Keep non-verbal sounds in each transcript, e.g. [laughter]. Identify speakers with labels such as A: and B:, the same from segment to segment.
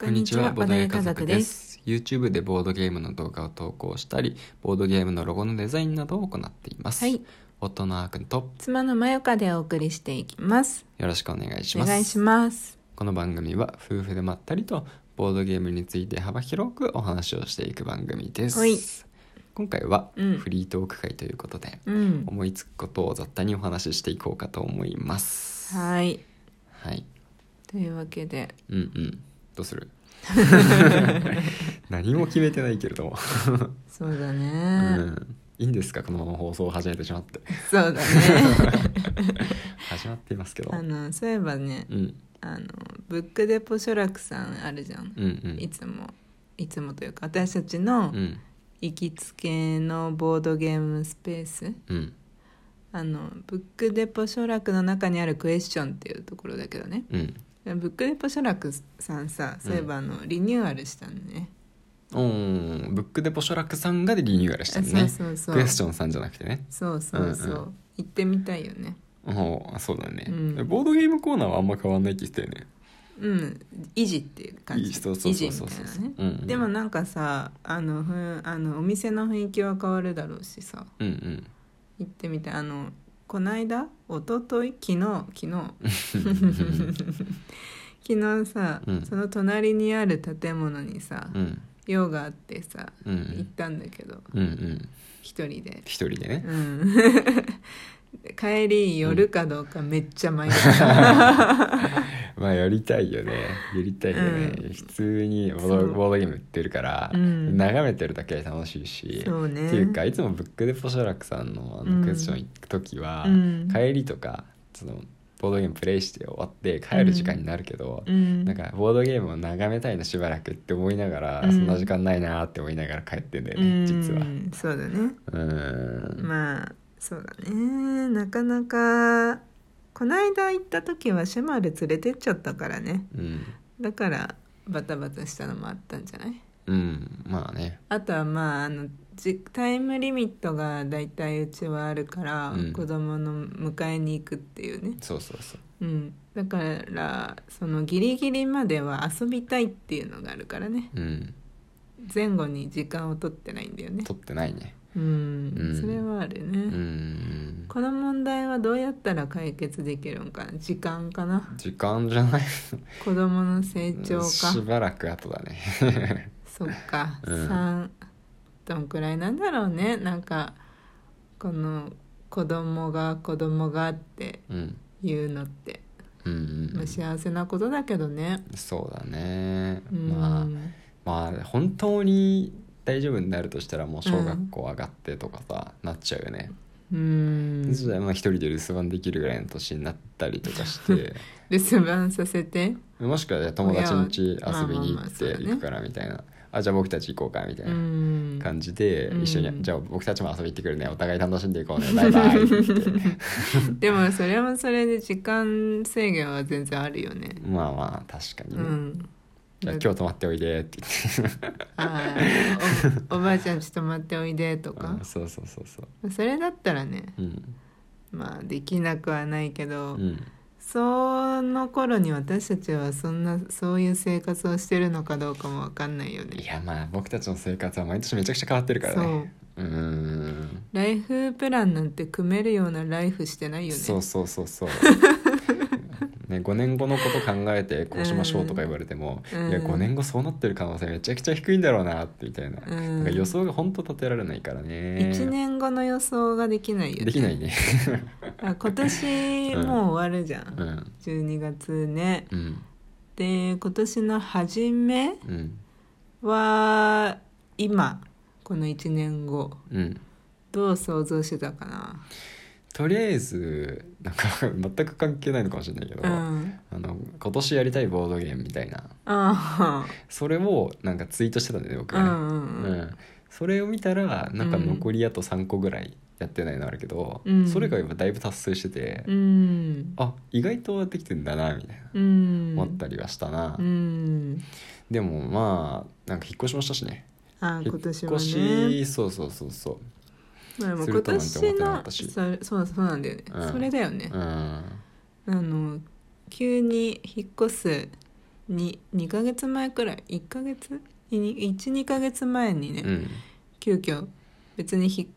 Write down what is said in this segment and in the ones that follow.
A: こんにちは、ボドゲ家族です。
B: す。YouTube でボードゲームの動画を投稿したり、ボードゲームのロゴのデザインなどを行っています。
A: はい、
B: 夫のあーくんと
A: 妻のまよかでお送りしていきます。
B: よろしくお願いし
A: お
B: ます。
A: 願いします。
B: この番組は夫婦でまったりとボードゲームについて幅広くお話をしていく番組です。
A: はい
B: 今回は
A: うん
B: フリートーク会ということで、
A: うん。
B: 思いつくことを雑多にお話ししていこうかと思います。
A: はい。
B: はい。
A: というわけで、
B: うんうん。どう
A: [laughs]
B: する何も決めてないけれども。
A: そうだ
B: う
A: ね。
B: ん、いいんですかこのまま放送を始めてしまって
A: [laughs] そうだね。
B: 始まっていますけど、
A: あの、そういえばね
B: う、ん、
A: あの、ブックデポ書楽さんあるじゃん。
B: うんうん
A: いつも、いつもというか、私たちの
B: うん
A: 行きつけのボードゲームスペース。
B: うん
A: あのブックデポ書楽の中にあるクエスチョンっていうところだけどね
B: うん
A: ブックデポ書楽さんさそういえばあの、リニューアルしたのね
B: おーブックデポショラクさんがリニューアルしたのね
A: あそうそうそう
B: クエスチョンさんじゃなくてね
A: そうそうそう、
B: うんうん
A: 行ってみたいよね
B: おーそうだね、
A: うん
B: ボードゲームコーナーはあんま変わんないって言ってたよね
A: うん維持っていう感
B: い
A: じ
B: いそうそうそう
A: 維持
B: そ
A: み
B: う
A: たいなね、
B: うんうん
A: でもなんかさあのふんあのお店の雰囲気は変わるだろうしさ
B: うんうん
A: 行ってみたいあのこないだおととい昨日
B: [laughs]
A: 昨日昨日さ、
B: うん
A: その隣にある建物にさ、
B: うん
A: 用があってさ、
B: うんう
A: 行っ
B: ん
A: たんだけど
B: うんうん
A: 一人で、
B: 一人でね
A: うん、 [laughs] 帰り寄るかどうかめっちゃ迷った、
B: まあやりたいよねやりたいよね、
A: うん
B: 普通にボー
A: そ
B: ド
A: う
B: ボードゲーム売ってるから、 [laughs]
A: うん
B: 眺めてるだけで楽しいし
A: そうね
B: っていうかいつもブックでポシャラクさんのあ
A: うん
B: のクエスチョン行く時は、
A: うん
B: 帰りとかそのボードゲームプレイして終わって帰る時間になるけど、
A: うん、
B: なんかボードゲームを眺めたいのしばらくって思いながら、
A: うん
B: そんな時間ないなーって思いながら帰ってんだよ
A: う
B: ね、
A: ん
B: 実は。
A: そうだね
B: うーん、
A: まあそうだねなかなかこないだ行った時はシェマール連れてっちゃったからね
B: うん
A: だからバタバタしたのもあったんじゃない
B: うん、まあね
A: あとはまああのじタイムリミットがだいたいうちはあるから、
B: うん
A: 子供の迎えに行くっていうね、
B: そうそうそう
A: うん、だからそのギリギリまでは遊びたいっていうのがあるからね
B: うん
A: 前後に時間を取ってないんだよね
B: 撮ってないね
A: うん、
B: うん
A: それはあるね、
B: うん
A: この問題はどうやったら解決できるんかな時間かな
B: 時間じゃない
A: 子供の成長か
B: しばらく後だね
A: そっか、
B: うん
A: 3どんくらいなんだろうねなんかこの子供が子供がって
B: うん
A: いうのって、
B: うんうん
A: まあ、幸せなことだけどね、
B: そうだね、
A: うん、
B: まあまあ本当に大丈夫になるとしたらもう小学校上がってとかさ、なっちゃうよね、
A: うん
B: そしたらまあ一人で留守番できるぐらいの年になったりとかして
A: [laughs] 留守番させて
B: もしくはじゃあ友達の家遊
A: 親は
B: びに
A: まあまあまあ
B: 行っ
A: そ
B: て
A: うだね
B: 行くからみたいな、あじゃあ僕たち行こうかみたいうなん感じで、
A: うん
B: 一緒にじゃあ僕たちも遊び行ってくるねお互い楽しんでいこうねバイバイって言って
A: でもそれもそれで時間制限は全然あるよね
B: まあまあ確かに
A: う
B: ね、
A: ん
B: じゃあ今日泊まっておいでって言って
A: あーお [laughs] おばあちゃんち泊まっておいでとか
B: うん、そうそうそうそう
A: それだったらね
B: うん
A: まあできなくはないけど、
B: うん
A: その頃に私たちはそんなそういう生活をしてるのかどうかもわかんないよ
B: い
A: ね
B: やまあ僕たちの生活は毎年めちゃくちゃ変わってるからねうーん
A: ライフプランなんて組めるようなライフしてないよね
B: そうそうそ
A: [laughs]
B: うそうね、5年後のこと考えてこうしましょうとか言われても、
A: うん
B: いや5年後そうなってる可能性めちゃくちゃ低いんだろうなってみたいな,、
A: うん
B: なんか予想が本当立てられないからね
A: 1年後の予想ができないよね
B: でき
A: [laughs]
B: ないね
A: あ今年もう終わるじゃん、
B: うん
A: 12月ね
B: うん
A: で今年の初め
B: うん
A: は今この1年後
B: うん
A: どう想像してたかな
B: とりあえずなんか全く関係ないのかもしれないけど、
A: うん
B: あの今年やりたいボードゲームみたいな
A: あ
B: それをなんかツイートしてたんだよね僕
A: あう
B: がね、
A: んうんうん
B: うんそれを見たらなんか
A: うん
B: 残りあと3個ぐらいやってないのあるけど、
A: うん
B: それが今だいぶ達成してて、
A: うん
B: あ意外とできてんだなみたい
A: う
B: な
A: ん
B: 思ったりはしたな、
A: うん
B: でもまあなんか引っ越しもしたしね
A: あ
B: 引
A: 今
B: っ越し
A: 年はね
B: そうそうそうそ
A: まあでも
B: す
A: 今
B: るとなんて思
A: 年
B: ってなか
A: の
B: ったし
A: そうそうそうなんだよね、
B: うん
A: それだよね
B: う、うん
A: あの急に引っ越すに2ヶ月前くらい1ヶ月12ヶ月前にね、
B: うん
A: 急遽別にひ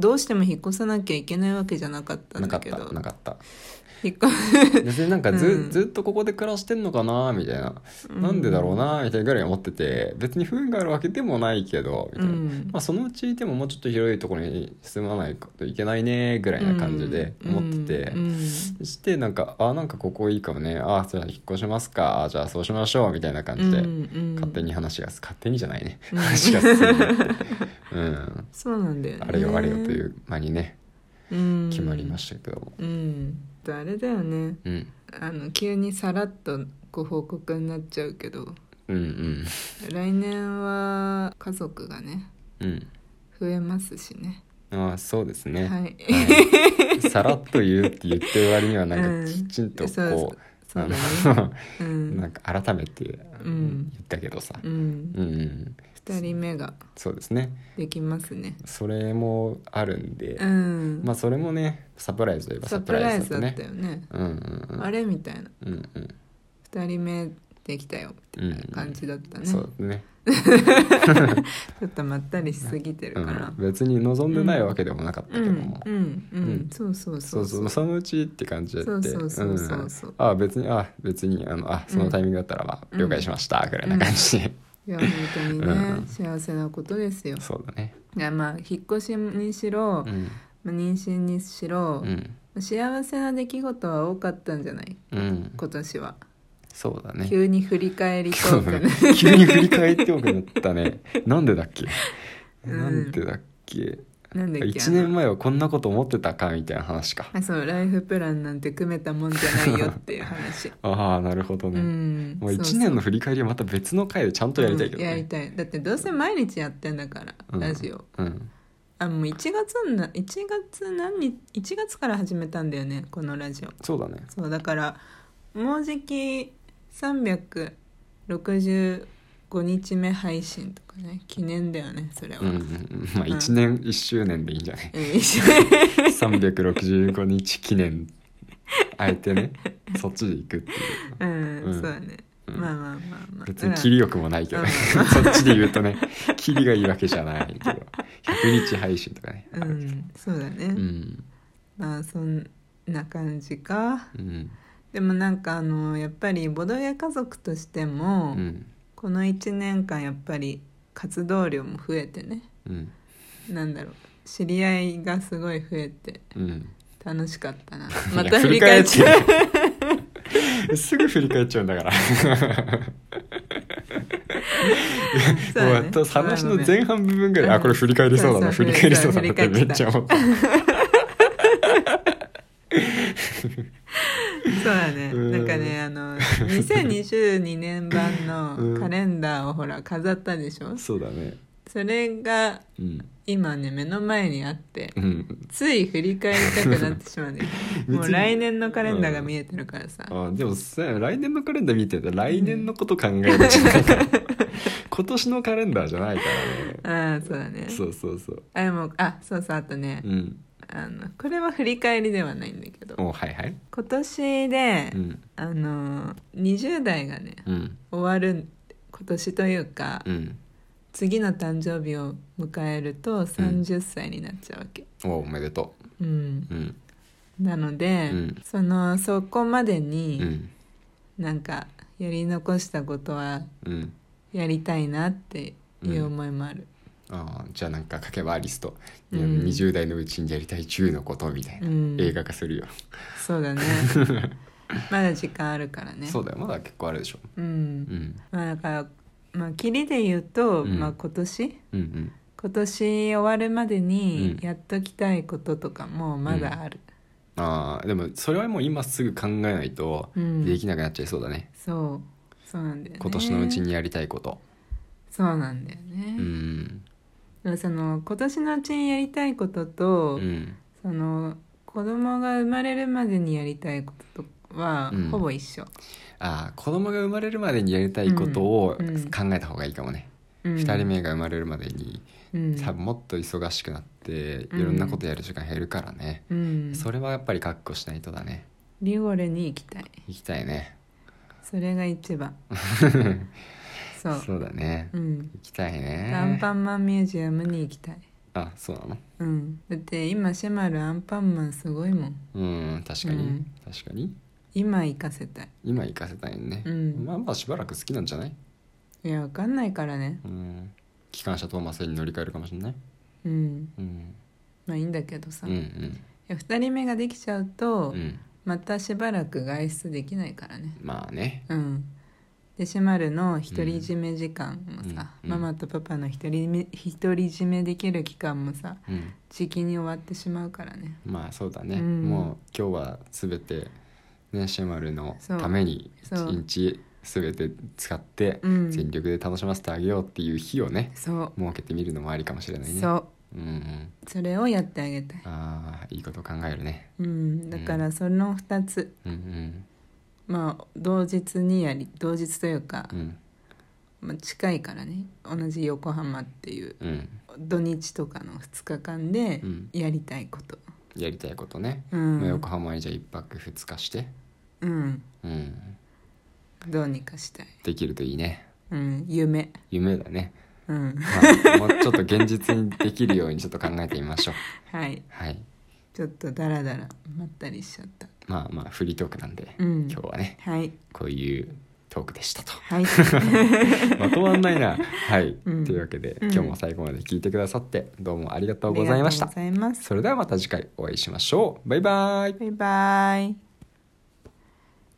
A: どうしても引っ越さなきゃいけないわけじゃなかったん
B: なか
A: だ
B: っ
A: け
B: た
A: ど
B: なか
A: [laughs]
B: った
A: 引っ越
B: 別になんかず,、
A: うん
B: ずっとここで暮らしてんのかなみたいな、 [laughs] なんでだろうなみたいなぐらい思ってて別に不運があるわけでもないけどみたいな、
A: うん
B: まあ、そのうちでももうちょっと広いところに住まないといけないねぐらいな感じで思ってて、
A: うんうん
B: そしてなんかあなんかここいいかもねあじゃあ引っ越しますかあじゃあそうしましょうみたいな感じで、
A: うん
B: 勝手に話が勝手にじゃないね、
A: うん
B: 話が
A: [laughs]
B: 進んでってうん
A: そうなんだよね
B: あれよあれよという間にね
A: うん
B: 決まりましたけども
A: うんあれだよね
B: うん
A: あの急にさらっとご報告になっちゃうけど
B: うんうん
A: 来年は家族がね
B: うん
A: 増えますしね
B: ああそうですね、
A: はい
B: はいさらっと言うって言ってる割にはな
A: うんん
B: かきちんとこ、
A: そうそう [laughs] そうだね
B: あの
A: う
B: なん
A: ん、
B: か改めて
A: ん
B: 言ったけどさ、
A: う
B: うん
A: ん、
B: うん、
A: 2人目が
B: そうですね
A: できますね
B: それもあるんで、
A: うん、
B: まあそれもねサプライズといえばサ
A: サ
B: プ
A: プ
B: ラ
A: ラ
B: イ
A: イ
B: ズ
A: ズ
B: だ
A: だ
B: っ
A: った
B: ね
A: たよね、
B: うんうんうん
A: あれみたいな
B: うんうん
A: 2人目できたよみたいな感じだったね、
B: そうだね
A: ちょっとまったりしすぎてるから、
B: うん、別に望んでないわけでもなかった
A: う
B: け
A: ん
B: ども、
A: うんうん、
B: うん
A: そうそう
B: そ
A: そうう
B: そうそのうちって感じで
A: そうそうそうそうそうん
B: ああ別にああ別にあのあそのタイミングだったらまあ
A: うん
B: 了解しましたぐらいな感じで、
A: いや本当にね、
B: うん
A: 幸せなことですよ
B: そうだね
A: いやまあ引っ越しにしろ、
B: うん
A: まあ妊娠にしろ、
B: うん
A: 幸せな出来事は多かったんじゃない
B: うん
A: 今年は
B: そうだね
A: 急に振り返りト
B: そう
A: ー
B: だ
A: ク
B: [laughs] ね
A: ね
B: 急に振り返っておくなったねなんでだっけ、
A: うん
B: なんでだっけ
A: なんだっけ
B: 1年前はこんなこと思ってたかみたいな話か
A: あそうライフプランなんて組めたもんじゃないよっていう話
B: ああなるほど
A: う
B: ね、
A: ん
B: [laughs] もう
A: そう
B: 1年の振り返りはまた別の回でちゃんとやりたいけど
A: うんやり
B: ね、
A: たいだってどうせ毎日やってんだから、
B: うん
A: ラジオ
B: うん、
A: あもう1月な1月何日1月から始めたんだよねこのラジオ
B: そうだね
A: そうだからもうじき365日目配信とかね記念だよねそれは、
B: うんうんうんまあ1年1周年でいいん
A: [laughs]
B: じゃない
A: うん一緒に
B: 365日記念あえてねそっちで行くっていう、
A: うん、
B: うん
A: そうだね、
B: うん
A: まあまあまあまあ
B: 別に切りよくもないけどね
A: う
B: [laughs] そっちで言うとね切りがいいわけじゃないけど100日配信とかねあ
A: う
B: るけど
A: んそうだね、
B: うん
A: まあそんな感じか
B: うん
A: でもなんかあのやっぱりボドゲ家族として
B: う
A: も、
B: ん
A: この1年間やっぱり活動量も増えてね
B: うん
A: なんだろう知り合いがすごい増えて
B: うん
A: 楽しかった
B: [laughs]
A: な
B: いや
A: また振り返っちゃう
B: 振り返っちゃうすぐ振り返っちゃうんだから
A: そうだね
B: もうと話の前半部分ぐらいあこれ振り返りそうだな
A: そ
B: 振
A: うそう
B: り返りそうだなって
A: 振り
B: め
A: 返
B: っ
A: っ
B: ち
A: て
B: ゃ
A: た
B: 思った
A: そうだね
B: うん
A: なんかねあの2022年版
B: うん
A: のカレンダーをほら飾ったでしょ
B: そうだね
A: それが
B: うん
A: 今ね目の前にあって
B: うん
A: つい振り返りたくなってしまうんだけども
B: [laughs] 別
A: う
B: に
A: 来年のカレンダーが見えてるからさ、
B: あでもさ来年のカレンダー見てたら来年のこと考えるじゃない
A: [laughs]
B: から今年のカレンダーじゃないから
A: あ
B: ね
A: あそうだね
B: そうそうそう
A: あでもあそうそうあとね、
B: うん
A: あのこれは振り返りではないんだけど
B: おはいはい
A: 今年で、
B: うん
A: あの20代がね
B: うん
A: 終わる今年というか、
B: うん
A: 次の誕生日を迎えると30歳になっちゃうわけ、
B: おおめでと
A: うん
B: ううん
A: なので、
B: うん
A: そのそこまで
B: う
A: に
B: ん
A: なんかやり残したことは
B: うん
A: やりたいなっていう思いもある、
B: あーじゃあなんか書けばリスト、
A: うん
B: 20代のうちにやりたい10のことみたいな、
A: うん
B: 映画化するよ、
A: そう
B: [laughs]
A: だねまだ時間あるからね
B: そうだよまだ結構あるでしょ、
A: うん、
B: うん、
A: まあだからまあ切りで言うと、
B: うん
A: まあ今年
B: うんうん
A: 今年終わるまでに
B: うん
A: やっときたいこととかもまだある、
B: ああでもそれはもう今すぐ考えないと
A: うん
B: できなくなっちゃいそうだね、
A: そうそうなんだよね
B: 今年のうちにやりたいこと
A: そうなんだよね、
B: うん
A: でもその今年のうちにやりたいことと、
B: うん
A: その子供が生まれるまでにやりたいこととは
B: うん
A: ほぼ一緒、
B: ああ子供が生まれるまでにやりたいことを
A: うんうん
B: 考えた方がいいかもね、
A: うん
B: 2人目が生まれるまでに
A: うん
B: 多分もっと忙しくなってい
A: うん
B: ろんなことやる時間減るからね、
A: うん
B: それはやっぱり確保しないとだね
A: リゴレに行きたい
B: 行きたいね
A: それが一
B: [laughs]
A: 番そう
B: そうだね、
A: うん
B: 行きたいね
A: アンパンマンミュージアムに行きたい
B: あそうなの
A: うんだって今シェマルアンパンマンすごいもん
B: うん確かに、
A: うん
B: 確かに
A: 今行かせたい
B: 今行かせたいね、
A: うん
B: まあまあしばらく好きなんじゃない
A: いやわかんないからね
B: うん機関車トーマスに乗り換えるかもしれない、
A: うん
B: うん、
A: まあいいんだけど
B: う
A: さ、
B: んう
A: い
B: ん
A: や2人目ができちゃうと、
B: うん
A: またしばらく外出できないからね
B: まあね
A: うんでシェマルの独り占め時間もさ、
B: うん
A: ママとパパの独りめ独り占めできる期間もさ
B: うん
A: 時期に終わってしまうからね
B: まあそうだね、
A: うん
B: もう今日は全てねシェマルのために一
A: そうそう
B: 日全て使って
A: うん
B: 全力で楽しませてあげようっていう日をね
A: そう、
B: 設けてみるのもありかもしれないね
A: そう
B: うんうん
A: それをやってあげたい
B: ああいいこと考えるね
A: うんだからその2つ、
B: うん
A: まあ同日にやり同日というか
B: う、ん
A: まあ、近いからね同じ横浜っていう
B: うんうん
A: 土日とかの2日間で
B: うん
A: やりたいこと
B: やりたいことね、
A: うん、
B: まあ横浜にじゃあ一泊二日して
A: うん、
B: うん
A: どうにかしたい、
B: できるといいね
A: うん、夢
B: 夢だね、
A: うん
B: まあ、もうちょっと現実にできるようにちょっと考えてみましょう
A: はい
B: はい
A: ちょっとダラダラまったりしちゃった
B: まあまあフリートークなんで、
A: うん
B: 今日はね
A: はい
B: こういうトークでしたと
A: はい
B: [laughs] まとまんないなはい、
A: うん
B: というわけで
A: うん
B: 今日も最後まで聞いてくださってどうもありがとうございました
A: ありがとうございます
B: それではまた次回お会いしましょうバイバイ
A: バイバイ